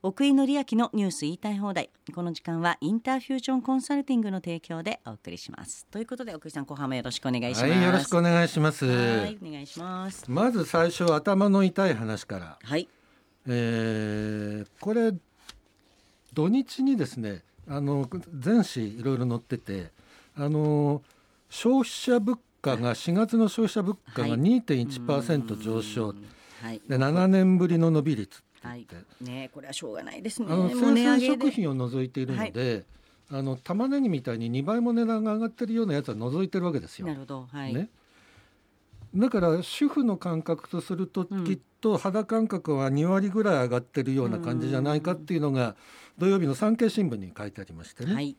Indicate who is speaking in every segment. Speaker 1: 奥井紀明のニュース言いたい放題この時間はインターフュージョンコンサルティングの提供でお送りしますということで奥井さん後半もよろしくお願いします、
Speaker 2: はい、よろしくお願いします。
Speaker 1: はいお願いします
Speaker 2: まず最初頭の痛い話から、
Speaker 1: はい
Speaker 2: えーこれ土日にですねあの全紙いろいろ載っててあの消費者物価が4月の消費者物価
Speaker 1: は
Speaker 2: が
Speaker 1: い
Speaker 2: 2.1%上昇、
Speaker 1: はい
Speaker 2: で7年ぶりの伸び率って言
Speaker 1: はい
Speaker 2: って、
Speaker 1: ねこれはしょうがないですね
Speaker 2: あの
Speaker 1: もう
Speaker 2: 生
Speaker 1: 値上
Speaker 2: 鮮
Speaker 1: げで
Speaker 2: 食品を除いているので、あの玉ねぎみたいに2倍も値段が上がってるようなやつは除いてるわけですよ
Speaker 1: な。るほどはい、
Speaker 2: ね、だから主婦の感覚とすると、
Speaker 1: うん
Speaker 2: きっと肌感覚は2割ぐらい上がってるような感じじゃないかっていうのが土曜日の産経新聞に書いてありましてね、
Speaker 1: はい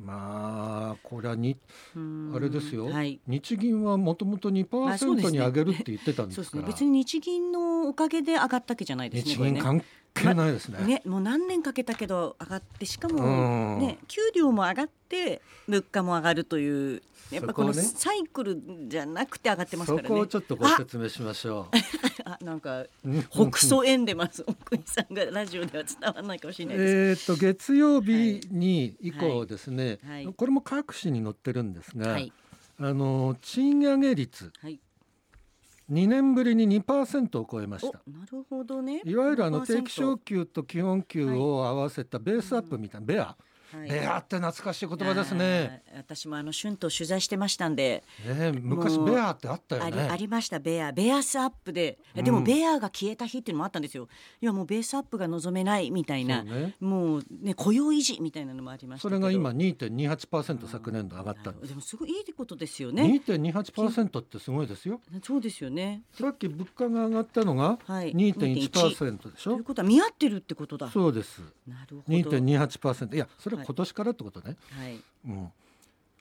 Speaker 2: まあこれはに
Speaker 1: うーん
Speaker 2: あれですよ、
Speaker 1: はい
Speaker 2: 日銀はもともと
Speaker 1: あそうです
Speaker 2: 2%
Speaker 1: ね
Speaker 2: に上げるって言ってたんで
Speaker 1: そう
Speaker 2: す
Speaker 1: です
Speaker 2: か
Speaker 1: ね
Speaker 2: ら、
Speaker 1: 別に日銀のおかげで上がったわけじゃないですね
Speaker 2: 日
Speaker 1: これ
Speaker 2: 銀
Speaker 1: ね
Speaker 2: 関係ないですね。
Speaker 1: ね、もう何年かけたけど上がってしか
Speaker 2: う
Speaker 1: も、
Speaker 2: ん
Speaker 1: ね、給料も上がって物価も上がるというやっぱこの
Speaker 2: そこをね
Speaker 1: サイクルじゃなくて上がってます
Speaker 2: そ
Speaker 1: から
Speaker 2: こ
Speaker 1: ね
Speaker 2: をちょっとご説明しましょ
Speaker 1: あなんか
Speaker 2: う。
Speaker 1: 北総縁でます奥井さんがラジオでは伝わらないかもしれないです、
Speaker 2: えー、と月曜日に以降ですね、
Speaker 1: はいはい
Speaker 2: これも各紙に載ってるんですが、
Speaker 1: はい
Speaker 2: あの賃上げ率
Speaker 1: はい
Speaker 2: 2年ぶりに2%を超えま
Speaker 1: お
Speaker 2: した
Speaker 1: なるほどね
Speaker 2: いわゆるあの
Speaker 1: 5%
Speaker 2: 定期昇給と基本給を合わせたベースアップみたいな、ベア、
Speaker 1: はい
Speaker 2: ベアって懐かしい言葉ですね,、
Speaker 1: あー私もあの春闘取材してましたんで、
Speaker 2: ねえ昔
Speaker 1: もう
Speaker 2: ベアってあったよ
Speaker 1: ありあ
Speaker 2: ね
Speaker 1: りましたベアベアスアップでえで
Speaker 2: う
Speaker 1: も
Speaker 2: ん
Speaker 1: ベアが消えた日っていうのもあったんですよいやもうベースアップが望めないみたいな、
Speaker 2: そうね
Speaker 1: もうね雇用維持みたいなのもありました
Speaker 2: そ
Speaker 1: けど
Speaker 2: れが今2.28%昨年度上がったんです
Speaker 1: でもすごいいいことですよね
Speaker 2: 2.28%ってすごいですよ
Speaker 1: そうですよね
Speaker 2: さっき物価が上がったのが
Speaker 1: はい
Speaker 2: 2.1%でし
Speaker 1: と
Speaker 2: ょ、
Speaker 1: いうことは見合ってるってことだ
Speaker 2: そうです
Speaker 1: なるほど
Speaker 2: 2.28%いやそれは今年からってことね、
Speaker 1: はい
Speaker 2: うん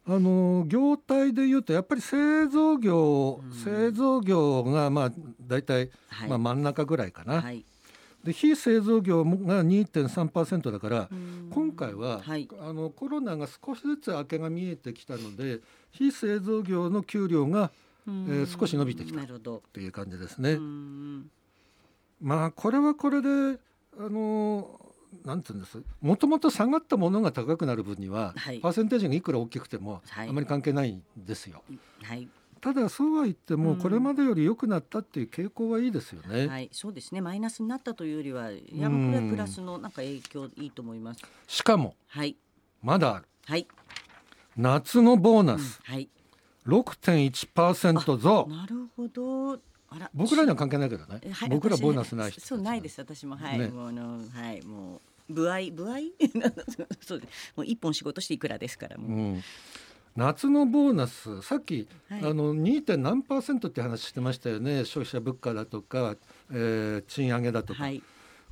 Speaker 2: あの業態でいうとやっぱり製造業、
Speaker 1: うん
Speaker 2: 製造業がまあ大体、
Speaker 1: はい
Speaker 2: まあ、真ん中ぐらいかな、
Speaker 1: はい
Speaker 2: で非製造業もが2.3%だから、
Speaker 1: うん
Speaker 2: 今回は、
Speaker 1: はい
Speaker 2: あのコロナが少しずつ明けが見えてきたので非製造業の給料がえー少し伸びてきた
Speaker 1: なるほど
Speaker 2: という感じですね。
Speaker 1: うん
Speaker 2: まあこれはこれであのなんて言うんですもともと下がったものが高くなる分には、
Speaker 1: はい
Speaker 2: パーセンテージがいくら大きくても、
Speaker 1: はい
Speaker 2: あまり関係ないんですよ。
Speaker 1: はい
Speaker 2: ただそうは言って
Speaker 1: う
Speaker 2: も
Speaker 1: ん
Speaker 2: これまでより良くなったっていう傾向はいいですよね、
Speaker 1: はいそうですねマイナスになったというよりはいやもうこれはプラスのなんか影響いいと思います
Speaker 2: しかも
Speaker 1: はい
Speaker 2: まだある
Speaker 1: はい
Speaker 2: 夏のボーナス
Speaker 1: はい
Speaker 2: 6.1%増
Speaker 1: なるほどあら
Speaker 2: 僕らには関係ないけどね、
Speaker 1: えはい
Speaker 2: 僕ら
Speaker 1: 私
Speaker 2: ボーナスない人たち
Speaker 1: そうないです私もはい、
Speaker 2: ね
Speaker 1: もうあのはいもう部合部合 そうですもう一本仕事していくらですから
Speaker 2: う
Speaker 1: もう、
Speaker 2: ん、夏のボーナスさっき、
Speaker 1: はい
Speaker 2: あの 2. 点何パーセントって話してましたよね消費者物価だとか、えー賃上げだとか、
Speaker 1: はい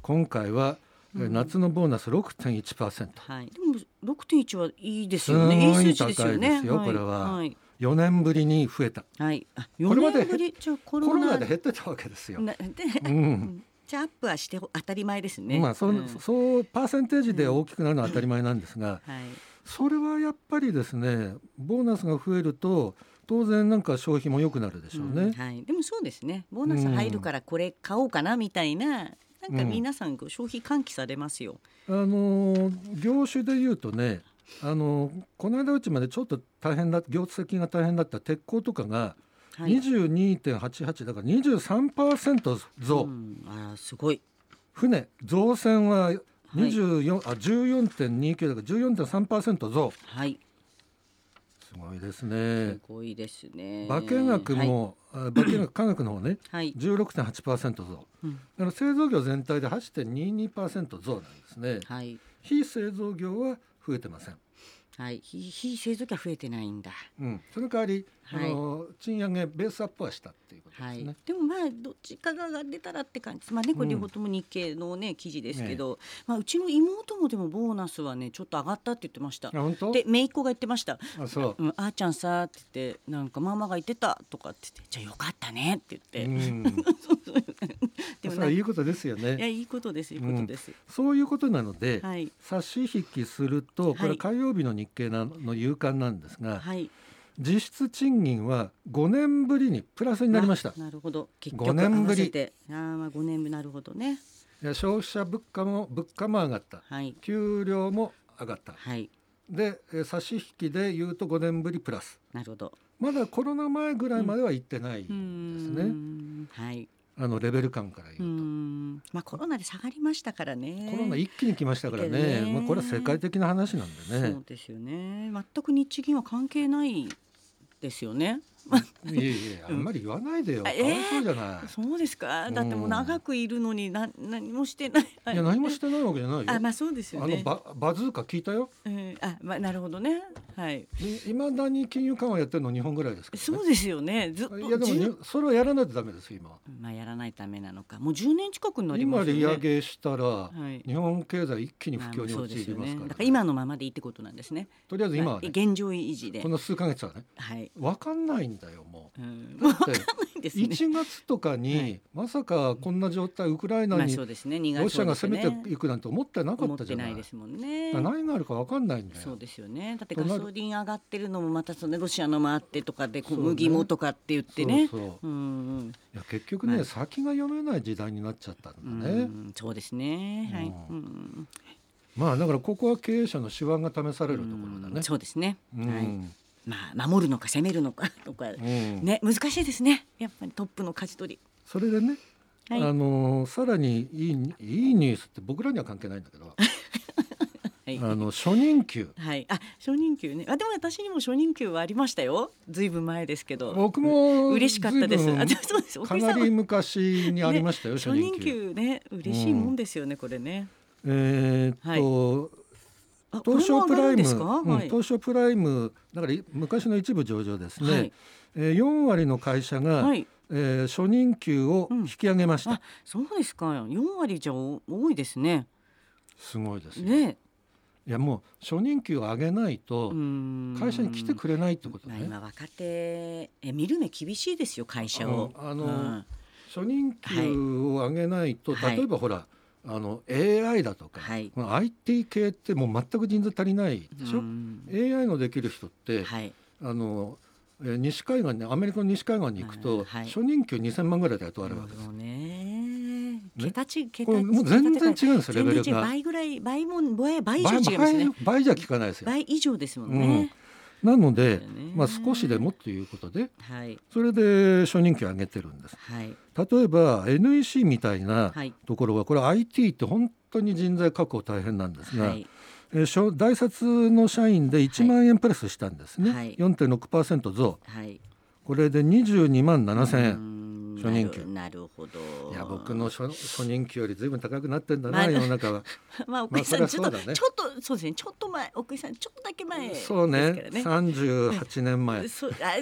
Speaker 2: 今回は、えー夏のボーナス6.1%、
Speaker 1: はいでも六点一はいいです
Speaker 2: す
Speaker 1: よ
Speaker 2: ご
Speaker 1: ねいい数
Speaker 2: い
Speaker 1: 字
Speaker 2: 高
Speaker 1: で
Speaker 2: いですす
Speaker 1: よ
Speaker 2: よ,、
Speaker 1: ねい
Speaker 2: これは、
Speaker 1: はい
Speaker 2: 4年ぶりに増えた
Speaker 1: はいあ
Speaker 2: こ
Speaker 1: 四
Speaker 2: れまで
Speaker 1: 年ぶりじゃあコ
Speaker 2: コ
Speaker 1: ロナ
Speaker 2: ロナで減ってたわけですよ。
Speaker 1: な で
Speaker 2: うん
Speaker 1: じゃあアップはして当たり前ですね
Speaker 2: まあそ,、う
Speaker 1: うん
Speaker 2: そうパーセンテージで大きくなるのは当たり前なんですが、
Speaker 1: はい
Speaker 2: それはやっぱりですねボーナスが増えると当然なんか消費も良くなるでしょうね。
Speaker 1: うんはい、でもそうですねボーナス入るからこれ買おうかなみたいな、なんか皆さんこう消費喚起されますよ、
Speaker 2: あのー業種で言うとねあのーこの間うちまでちょっと大変だ業績が大変だった鉄鋼とかが
Speaker 1: はい、
Speaker 2: 22.88だから23%増、
Speaker 1: うん、あらすごい
Speaker 2: 船造船は24、あ14.29だから14.3%増
Speaker 1: はい
Speaker 2: すごいですね
Speaker 1: す。ごいですね。
Speaker 2: 化学も、あ化学化学の方ね
Speaker 1: はい、はい
Speaker 2: 16.8%増
Speaker 1: うん
Speaker 2: だから製造業全体で8.22%増なんですね
Speaker 1: はい
Speaker 2: 非製造業は増えてません、
Speaker 1: はい、非非製造機は増えてないんだ。
Speaker 2: うん、その代わり、
Speaker 1: はい
Speaker 2: あの賃上げベースアップはしたっていうことで
Speaker 1: は
Speaker 2: す
Speaker 1: い、
Speaker 2: ね、
Speaker 1: でもまあどっちかが上がってたらって感じですまあねこれ両方とも日経のね記事ですけど、まあうちの妹もでもボーナスはねちょっと上がったって言ってました
Speaker 2: あ本当
Speaker 1: で姪っ子が言ってました
Speaker 2: あそう、
Speaker 1: うん、あーちゃんさーって言ってなんかママが言ってたとかって言ってじゃあよかったねって言
Speaker 2: う
Speaker 1: って、
Speaker 2: ん、
Speaker 1: でも
Speaker 2: それ
Speaker 1: な
Speaker 2: は
Speaker 1: んか
Speaker 2: いいことですよ
Speaker 1: いや
Speaker 2: ね
Speaker 1: いいことですいいことです、
Speaker 2: そういうことなので、
Speaker 1: はい
Speaker 2: 差し引きするとこ
Speaker 1: は
Speaker 2: れ
Speaker 1: い
Speaker 2: 火曜日の日経なの夕刊なんですが、
Speaker 1: はい
Speaker 2: 実質賃金は5年ぶりにプラスになりました
Speaker 1: なるほど結
Speaker 2: 五
Speaker 1: 局
Speaker 2: 年ぶり
Speaker 1: 合わせてあーまあ五年ぶりなるほどね
Speaker 2: えいや消費者物価も物価も上がった
Speaker 1: はい
Speaker 2: 給料も上がった
Speaker 1: はい
Speaker 2: でえー差し引きで言うと5年ぶりプラス
Speaker 1: なるほど
Speaker 2: まだコロナ前ぐらいまでは行ってない、
Speaker 1: うん
Speaker 2: です
Speaker 1: はい
Speaker 2: あのレベル感から
Speaker 1: う
Speaker 2: 言うと、
Speaker 1: んまあコロナで下がりましたからね
Speaker 2: コロナ一気に来ましたからね、
Speaker 1: ね
Speaker 2: まあ、これは世界的な話なんで
Speaker 1: そ
Speaker 2: ね
Speaker 1: うですよね全く日銀は関係ないですよね
Speaker 2: いえいえあんまり言わないでよ、
Speaker 1: あ
Speaker 2: かわ
Speaker 1: え
Speaker 2: い
Speaker 1: ー
Speaker 2: そうじゃない、
Speaker 1: そうですかだってもううん長くいるのにな何もしてない
Speaker 2: いや何もしてないわけじゃないよ
Speaker 1: あまあそうですよ
Speaker 2: あの
Speaker 1: ね
Speaker 2: ババズーカ聞いたよ
Speaker 1: うんあまあなるほどねはい
Speaker 2: いまだに金融緩和やってるの日本ぐらいですけど、ね
Speaker 1: そうですよねずっと
Speaker 2: いやでも
Speaker 1: じゅう
Speaker 2: にそれはやらないとダメですよ今は
Speaker 1: まあやらないためなのかもう10年近くになりま
Speaker 2: 今
Speaker 1: すよね
Speaker 2: 利上げしたら
Speaker 1: はい
Speaker 2: 日本経済一気に
Speaker 1: ま
Speaker 2: 不
Speaker 1: あ
Speaker 2: 況に
Speaker 1: そうで
Speaker 2: 陥
Speaker 1: す
Speaker 2: り
Speaker 1: よ
Speaker 2: ま
Speaker 1: ね
Speaker 2: すから,、
Speaker 1: だから今のままでいいってことなんですね
Speaker 2: とりあえず今は、
Speaker 1: ま
Speaker 2: ね
Speaker 1: あ現状維持で
Speaker 2: この数ヶ月はね
Speaker 1: はい
Speaker 2: 分かんないんだよも
Speaker 1: うん
Speaker 2: うだって
Speaker 1: ないですね
Speaker 2: 1月とかに、
Speaker 1: はい
Speaker 2: まさかこんな状態ウクライ
Speaker 1: ま
Speaker 2: ナ
Speaker 1: あ
Speaker 2: に
Speaker 1: そうですね2月
Speaker 2: ロシアが攻めて
Speaker 1: い
Speaker 2: いくなんて思ってなか
Speaker 1: 思
Speaker 2: っ
Speaker 1: ったて
Speaker 2: じゃな
Speaker 1: ないいですもんね
Speaker 2: だから何があるか分かんないんだよ
Speaker 1: そうですよねだって
Speaker 2: と
Speaker 1: ガ
Speaker 2: なる
Speaker 1: ソリン上がってるのもまたそのロシアのもあってとかでこう
Speaker 2: そうね
Speaker 1: 麦もとかって言ってね
Speaker 2: そうそう
Speaker 1: うんうん
Speaker 2: いや結局ね、
Speaker 1: はい
Speaker 2: 先が読めない時代になっちゃった
Speaker 1: うん
Speaker 2: だね、
Speaker 1: んそうですねはい
Speaker 2: うん
Speaker 1: うん
Speaker 2: まあだからここは経営者の手腕が試されるところだ
Speaker 1: う
Speaker 2: ね
Speaker 1: んそうですね
Speaker 2: うん
Speaker 1: はいまあ守るのか攻めるのかとか
Speaker 2: うん
Speaker 1: ね難しいですねやっぱりトップの舵取
Speaker 2: それでね、
Speaker 1: りは
Speaker 2: あ
Speaker 1: い
Speaker 2: のさらにいいいいニュースって僕らには関係ないん だけど
Speaker 1: はい
Speaker 2: あの初任給
Speaker 1: はい、あ初任給ねあでも私にも初任給はありましたよずいぶん前ですけど
Speaker 2: 僕も
Speaker 1: 嬉しかったです
Speaker 2: 随分
Speaker 1: あでもそうです
Speaker 2: か
Speaker 1: 奥
Speaker 2: な
Speaker 1: さんは
Speaker 2: り昔にありましたよ、
Speaker 1: 初
Speaker 2: 初
Speaker 1: 任
Speaker 2: 任
Speaker 1: 給
Speaker 2: 給。
Speaker 1: ね嬉しいもんですよね、これね
Speaker 2: えーっと、
Speaker 1: あこれ
Speaker 2: 東
Speaker 1: も上
Speaker 2: 証プ
Speaker 1: が
Speaker 2: ラ
Speaker 1: る
Speaker 2: イ
Speaker 1: んで
Speaker 2: ム、
Speaker 1: すか、
Speaker 2: うん
Speaker 1: はい、
Speaker 2: 東証プライムだからい昔の一部上場ですね、
Speaker 1: はい
Speaker 2: えー、4割の会社が、
Speaker 1: はい
Speaker 2: えー初任給を引き上げました、
Speaker 1: あそうですか四割じゃお多いですね
Speaker 2: すごいですよ、
Speaker 1: ね
Speaker 2: いやもう初任給を上げないと会
Speaker 1: 会
Speaker 2: 社に来てくれないってこと
Speaker 1: まあ、
Speaker 2: ね、
Speaker 1: 今若手え見る目厳しいですよ会社を、
Speaker 2: うんあの初任給を上げないと、
Speaker 1: はい
Speaker 2: 例えばほらあの AI だとか、
Speaker 1: はい
Speaker 2: この IT 系ってもう全く人材足りないでしょ、
Speaker 1: うん、
Speaker 2: AI のできる人って、
Speaker 1: はい
Speaker 2: あのえー西海岸にアメリカの西海岸に行く
Speaker 1: うん
Speaker 2: と、
Speaker 1: はい
Speaker 2: 初任給2000万ぐらいで雇わ
Speaker 1: な
Speaker 2: れ
Speaker 1: る
Speaker 2: る
Speaker 1: ほ
Speaker 2: わけです
Speaker 1: ど。ね桁違桁
Speaker 2: これもう全然違うんですよレ
Speaker 1: 全
Speaker 2: ベル
Speaker 1: 然違う
Speaker 2: が。
Speaker 1: 倍ぐらい倍も倍倍以上
Speaker 2: 倍
Speaker 1: 違いますね
Speaker 2: 倍倍じゃ効かないですよ。
Speaker 1: 倍以上ですもんね、
Speaker 2: なの
Speaker 1: そ
Speaker 2: で
Speaker 1: うだよね、
Speaker 2: まあ、少しでもということで
Speaker 1: はい
Speaker 2: それで初任給上げてるんです。
Speaker 1: はい
Speaker 2: 例えば NEC みたいな
Speaker 1: はい
Speaker 2: ところはこれ IT って本当に人材確保大変なんですが、
Speaker 1: はい
Speaker 2: えーしょ大卒の社員で1万円プラスしたんですね、
Speaker 1: はい
Speaker 2: 4.6%増
Speaker 1: はい
Speaker 2: これで22万7000円。
Speaker 1: うん
Speaker 2: 初任給
Speaker 1: なるなるほど
Speaker 2: いや僕の初初任給よりずいぶん高くなってんだ
Speaker 1: ま
Speaker 2: な、
Speaker 1: あ
Speaker 2: 世の 中は。
Speaker 1: まあ奥井さん、
Speaker 2: まあ
Speaker 1: ち
Speaker 2: そ
Speaker 1: ょ
Speaker 2: り
Speaker 1: っと
Speaker 2: ゃそうだね
Speaker 1: ちょっとそうですねちょっと前奥井さんちょっとだけ前ですか
Speaker 2: そ
Speaker 1: ら
Speaker 2: うね
Speaker 1: ね
Speaker 2: 38年前、
Speaker 1: そうあ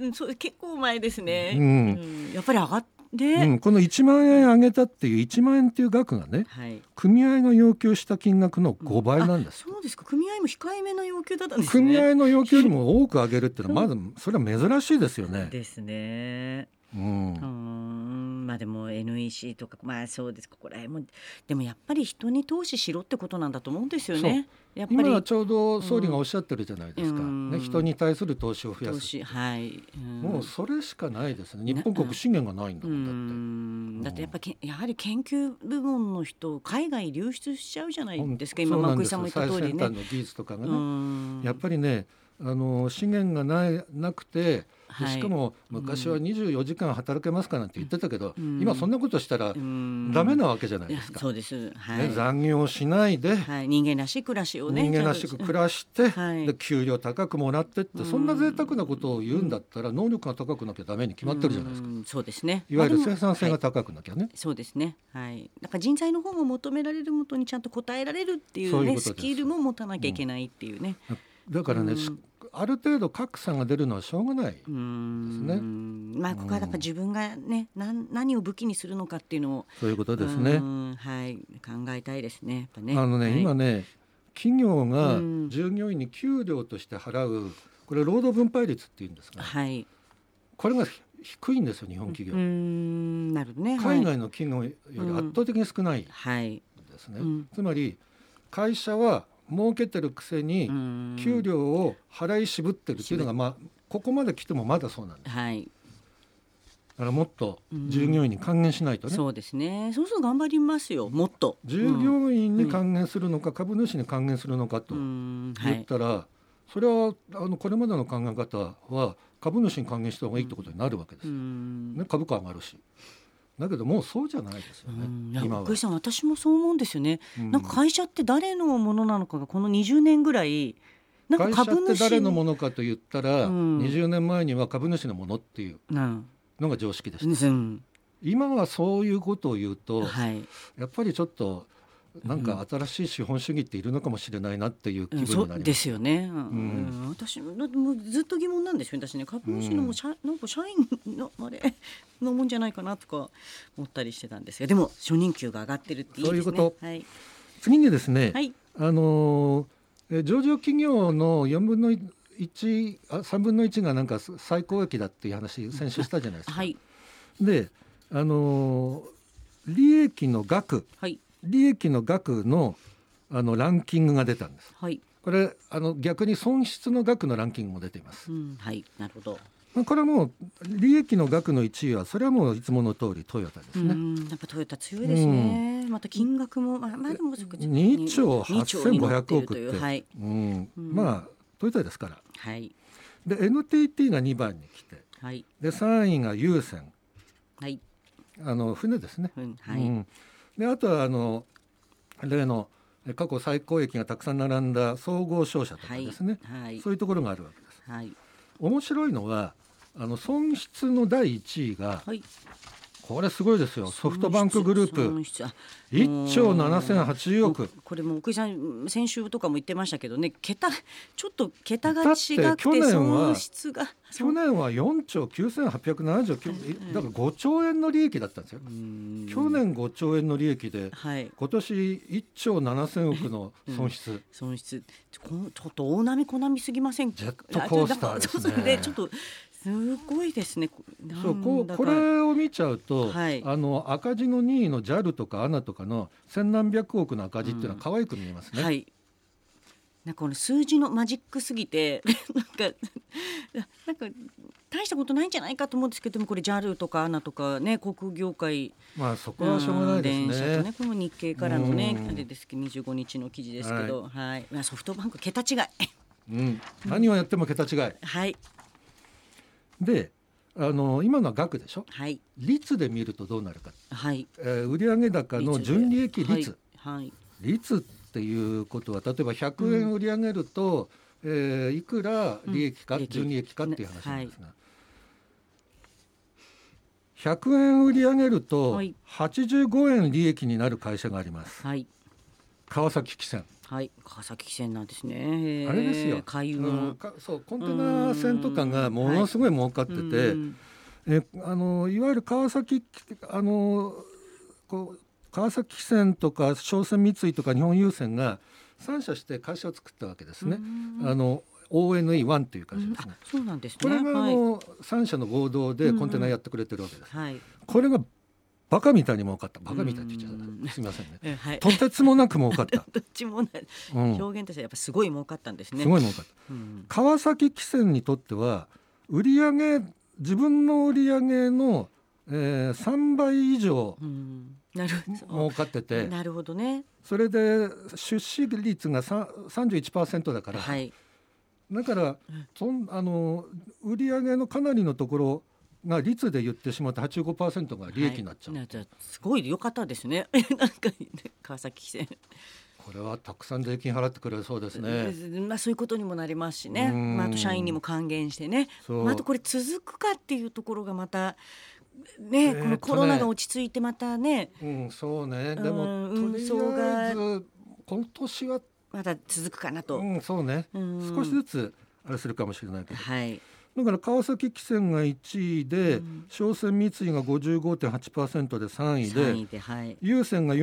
Speaker 1: うんそう結構前ですね、
Speaker 2: うん
Speaker 1: やっぱり上がって、
Speaker 2: うん、この1万円上げたっていう1万円っていう額がね
Speaker 1: はい
Speaker 2: 組合が要求した金額の5倍なんです、
Speaker 1: そうですか組合も控えめな要求だったんですね
Speaker 2: 組合の要求よりも多く上げるっていうのはまずそれは珍しいですよね。
Speaker 1: ですね
Speaker 2: うん
Speaker 1: うーんまあでも NEC とかまあそうですここら辺もでもやっぱり人に投資しろってことなんだと思うんですよねやっぱ
Speaker 2: 今は
Speaker 1: り
Speaker 2: ちょうど総理がおっしゃってるじゃないですか、
Speaker 1: うん
Speaker 2: ね、人に対する投資を増や
Speaker 1: 投
Speaker 2: す
Speaker 1: 資はいうん
Speaker 2: もうそれしかないですね日本国資源がないんだ
Speaker 1: う
Speaker 2: も
Speaker 1: ー
Speaker 2: ん
Speaker 1: んだ
Speaker 2: だっ
Speaker 1: ってやっぱけやはり研究部門の人海外流出しちゃうじゃな
Speaker 2: て
Speaker 1: いですか
Speaker 2: ほ
Speaker 1: 今
Speaker 2: んそうなん
Speaker 1: 奥
Speaker 2: で
Speaker 1: 井
Speaker 2: す
Speaker 1: さんも
Speaker 2: よ
Speaker 1: 言った
Speaker 2: 最
Speaker 1: 通り
Speaker 2: 先
Speaker 1: ね
Speaker 2: 端。の技術とかが
Speaker 1: う
Speaker 2: ね、
Speaker 1: ーん
Speaker 2: やっぱりねあの資源がないなくてでしかも昔は24時間働けますかなんて言ってたけど、
Speaker 1: うん
Speaker 2: 今そんなことしたら
Speaker 1: うーん
Speaker 2: ダメなわけじゃない
Speaker 1: い
Speaker 2: で
Speaker 1: や
Speaker 2: すか、
Speaker 1: そうですは
Speaker 2: ね
Speaker 1: い、
Speaker 2: 残業しないで
Speaker 1: はい、人間らしい暮らしをね
Speaker 2: 人間らしく暮らして、
Speaker 1: ちゃんとはい
Speaker 2: で給料高くもらってって
Speaker 1: うん
Speaker 2: そんな贅沢なことを言うんだったら能力が高くなきゃダメに決まってるじゃないですか
Speaker 1: うーんそうですね
Speaker 2: いわゆる
Speaker 1: まあでも
Speaker 2: 生産性
Speaker 1: は
Speaker 2: が
Speaker 1: い
Speaker 2: 高くなきゃね、
Speaker 1: そうですねはいだから人材の方も求められるもとにちゃんと答えられるっていうね
Speaker 2: そういうこと
Speaker 1: ス
Speaker 2: です
Speaker 1: キルも持たなきゃいけないっていうね
Speaker 2: だからね、
Speaker 1: うん
Speaker 2: しある程度格差が出るのはしょうがない、
Speaker 1: うーん
Speaker 2: ですね
Speaker 1: まあここはやっぱ自分がねなん何を武器にするのかっていうのを
Speaker 2: そういうことです
Speaker 1: う
Speaker 2: ね、
Speaker 1: ーんはい考えたいですねやっぱね
Speaker 2: あの
Speaker 1: は
Speaker 2: ね、
Speaker 1: い
Speaker 2: 今ね企業が
Speaker 1: うん
Speaker 2: 従業員に給料として払うこれ労働分配率っていうんですが
Speaker 1: はい
Speaker 2: これがひ低いんですよ日本企
Speaker 1: う
Speaker 2: 業、
Speaker 1: ーんなるほどねはい
Speaker 2: 海外の企業より圧倒的に少ないん
Speaker 1: はい
Speaker 2: ですね、
Speaker 1: うん
Speaker 2: つまり会社は儲けてるくせに
Speaker 1: うーん
Speaker 2: 給料を払い渋ってるっていうのが、まあ、ここまで来てもまだそうなんです
Speaker 1: はい
Speaker 2: からもっと従業員に還元しないとね、
Speaker 1: そうですねそうすると頑張りますよもっと
Speaker 2: 従業員に還元するのか、株主に還元するのかと
Speaker 1: う
Speaker 2: 言
Speaker 1: んは
Speaker 2: っ
Speaker 1: い
Speaker 2: たら、それはあのこれまでの考え方は株主に還元した方がいいってことになるわけです、
Speaker 1: うん
Speaker 2: ね、株価上がるしだけどもうそうじゃないですよね、
Speaker 1: うんいや
Speaker 2: 今は
Speaker 1: 福井さん私もそう思うんですよね、
Speaker 2: うん
Speaker 1: なんか会社って誰のものなのかがこの20年ぐらいなん
Speaker 2: 会
Speaker 1: か
Speaker 2: 社
Speaker 1: 株
Speaker 2: って
Speaker 1: 主
Speaker 2: 誰のものかと言ったら、
Speaker 1: うん
Speaker 2: 20年前には株主のものっていう
Speaker 1: なん
Speaker 2: のが常識でした、
Speaker 1: うん
Speaker 2: 今はそういうことを言うと、
Speaker 1: はい、
Speaker 2: やっぱりちょっとなんか新しい資本主義っているのかもしれないなっていう
Speaker 1: う
Speaker 2: 気
Speaker 1: ん、
Speaker 2: 分
Speaker 1: そ
Speaker 2: にな
Speaker 1: う
Speaker 2: り
Speaker 1: で
Speaker 2: ます。
Speaker 1: すよね、うん
Speaker 2: うん
Speaker 1: うん私ももうずっと疑問なんですよね私ね株主のもう社、なんか社員のあれ のもんじゃないかなとか思ったりしてたんですがでも初任給が上がってるっていいですね
Speaker 2: そういうこと
Speaker 1: はい、
Speaker 2: 次にですね、
Speaker 1: はい、
Speaker 2: あのーえ上場企業の4分の1あ3分の1がなんか最高益だっていう話先週したじゃないですか。
Speaker 1: はい
Speaker 2: で、あのー利益の額
Speaker 1: はい
Speaker 2: 利益の額のあのランキングが出たんです。
Speaker 1: はい、
Speaker 2: これあの逆に損失の額のランキングも出ています
Speaker 1: う。ん、はいなるほど、
Speaker 2: まあ、これはもう利益の額の1位はそれはもういつもの通りトヨタです
Speaker 1: う
Speaker 2: ね。
Speaker 1: んやっぱトヨタ強いですね、また金額もまあまあでもそっか
Speaker 2: 2兆
Speaker 1: 二兆に乗
Speaker 2: 8500億
Speaker 1: る
Speaker 2: っ
Speaker 1: と
Speaker 2: て
Speaker 1: いうはい
Speaker 2: うん
Speaker 1: うん
Speaker 2: まあトヨタですから
Speaker 1: はい
Speaker 2: で NTT が2番に来て
Speaker 1: はい
Speaker 2: で3位が優先
Speaker 1: はい、
Speaker 2: あの船ですね、
Speaker 1: うん、はい、
Speaker 2: うん、であとはあの例のえ過去最高益がたくさん並んだ総合商社とか
Speaker 1: はい
Speaker 2: ですね、
Speaker 1: はい
Speaker 2: そういうところがあるわけです
Speaker 1: はい
Speaker 2: 面白いのはあの損失の第1位が
Speaker 1: はい
Speaker 2: これすごいですよソフトバンクグループ
Speaker 1: 損失あ
Speaker 2: 1兆7080億
Speaker 1: これも奥井さん先週とかも言ってましたけどね桁ちょっと桁が
Speaker 2: だ
Speaker 1: 違
Speaker 2: っ
Speaker 1: ってて
Speaker 2: 去年は
Speaker 1: 損失が
Speaker 2: 去年は4兆9879だから5兆円の利益だったんですよ。
Speaker 1: うん
Speaker 2: 去年5兆円の利益で
Speaker 1: はい
Speaker 2: 今年1兆7000億の損失、
Speaker 1: 損失このちょっと大波小波すぎませんか
Speaker 2: ジェットコースターですね
Speaker 1: あちょっとなんかそうそうちょっとすごいですねなんだか
Speaker 2: そうこうこれを見ちゃうと、
Speaker 1: はい
Speaker 2: あの赤字の2位の JAL とか ANA とかの千何百億の赤字っていうのは可愛く見えますね。
Speaker 1: はい。なんかこの数字のマジックすぎて なんかなんか大したことないんじゃないかと思うんですけどでもこれ JAL とか ANA とかね航空業界
Speaker 2: まあそこはしょうがないで
Speaker 1: 電
Speaker 2: す
Speaker 1: 車
Speaker 2: ね。
Speaker 1: とねこれも日経からのね
Speaker 2: うん
Speaker 1: あれですけど25日の記事ですけど、はいまあソフトバンク桁違い
Speaker 2: うん、何をやっても桁違い。
Speaker 1: はい
Speaker 2: であの今のは額でしょ
Speaker 1: はい
Speaker 2: 率で見るとどうなるか、
Speaker 1: はい
Speaker 2: えー売上高の純利益率、
Speaker 1: はい、はい
Speaker 2: 率っていうことは例えば100円売り上げると、えーいくら利益か、
Speaker 1: うん利益
Speaker 2: 純利益かっていう話なんですが、100円売り上げると
Speaker 1: はい
Speaker 2: 85円利益になる会社があります
Speaker 1: はい
Speaker 2: 川崎汽船
Speaker 1: はい川崎汽船なんですねへー
Speaker 2: あれですよ
Speaker 1: 海
Speaker 2: うん
Speaker 1: 運
Speaker 2: かそうコンテナ船とかがものすごい儲かってて、
Speaker 1: うん
Speaker 2: えあのいわゆる川崎あのこう川崎汽船とか商船三井とか日本郵船が3社して会社を作ったわけですね。
Speaker 1: うん
Speaker 2: あの ONE1 という
Speaker 1: う
Speaker 2: 会社
Speaker 1: ん
Speaker 2: です
Speaker 1: あ
Speaker 2: ね。
Speaker 1: そうなんです
Speaker 2: こ
Speaker 1: ね
Speaker 2: れがあ
Speaker 1: はい
Speaker 2: の3社の合同でコンテナやってくれてるわけです。
Speaker 1: はい
Speaker 2: これがバカみたいに儲かった。バカみたいって言っち
Speaker 1: う
Speaker 2: ゃっ
Speaker 1: ん
Speaker 2: た。すみませんね。
Speaker 1: えはい
Speaker 2: とてつもなく儲か った。
Speaker 1: どっちもない、
Speaker 2: うん、
Speaker 1: 表現としてはやっぱすごい儲かったんですね。
Speaker 2: すごい儲かった。
Speaker 1: うん
Speaker 2: 川崎汽船にとっては売上自分の売上の、えー、3倍以上
Speaker 1: うんなるほ
Speaker 2: 儲かって
Speaker 1: ど。
Speaker 2: て
Speaker 1: なるほどね。
Speaker 2: それで出資率がさ31%だから、
Speaker 1: はい。
Speaker 2: だからそんあの売上のかなりのところが率で言ってしまって85%が利益になっちゃう、
Speaker 1: はいなんかすごい良かったですね。 なんか川崎汽
Speaker 2: これはたくさん税金払ってくれるそうですね。
Speaker 1: 船、まあそういうことにもなりますしね。
Speaker 2: うん
Speaker 1: まああと社員にも還元してね。
Speaker 2: そう
Speaker 1: まああとこれ続くかっていうところがまたね、
Speaker 2: えーっとね
Speaker 1: このコロナが落ち着いてまたね、
Speaker 2: うん、そうね。でも
Speaker 1: う
Speaker 2: と
Speaker 1: ん
Speaker 2: り
Speaker 1: 運送
Speaker 2: あえ
Speaker 1: が
Speaker 2: ず今年は、
Speaker 1: まだ続くかなと。
Speaker 2: うん、そうね。
Speaker 1: うん
Speaker 2: 少しずつあれするかもしれないけど。
Speaker 1: はい。
Speaker 2: だから川崎汽船が1位で、
Speaker 1: うん
Speaker 2: 商船三井が55.8%で3位
Speaker 1: 三
Speaker 2: で
Speaker 1: 位ではい。
Speaker 2: 優先が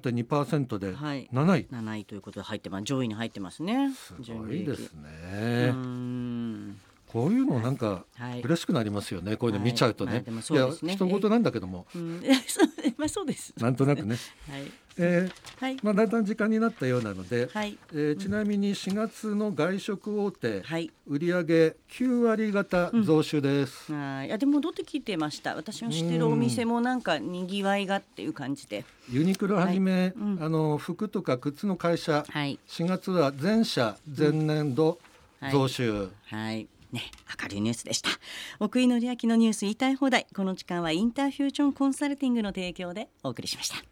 Speaker 2: 44.2%で
Speaker 1: はい
Speaker 2: 7位、
Speaker 1: 7位ということで入ってます上位に入ってますね。
Speaker 2: すごいです
Speaker 1: う
Speaker 2: ね、
Speaker 1: ん
Speaker 2: こういうのなんか
Speaker 1: はい
Speaker 2: 嬉しくなりますよね、こういうの見ちゃうとね,、
Speaker 1: はいまあでもそうですね
Speaker 2: いや人事なんだけども、
Speaker 1: うん、そう まあそうです。
Speaker 2: なんとな くね、
Speaker 1: はい
Speaker 2: えー
Speaker 1: はい
Speaker 2: まあ、だんだん時間になったようなので、
Speaker 1: はい
Speaker 2: えーちなみに4月の外食大手、
Speaker 1: はい。
Speaker 2: 売上9割方増収です、
Speaker 1: はい、いやでも戻ってきてました。私の知ってるお店もなんか賑わいがっていう感じで。
Speaker 2: ユニクロはじ
Speaker 1: い
Speaker 2: め、
Speaker 1: うん
Speaker 2: あの服とか靴の会社、
Speaker 1: はい
Speaker 2: 4月は全社前年度
Speaker 1: うんはい
Speaker 2: 増収、
Speaker 1: はい。ね、明るいニュースでした。奥井紀明のニュース言いたい放題。この時間はインターフュージョンコンサルティングの提供でお送りしました。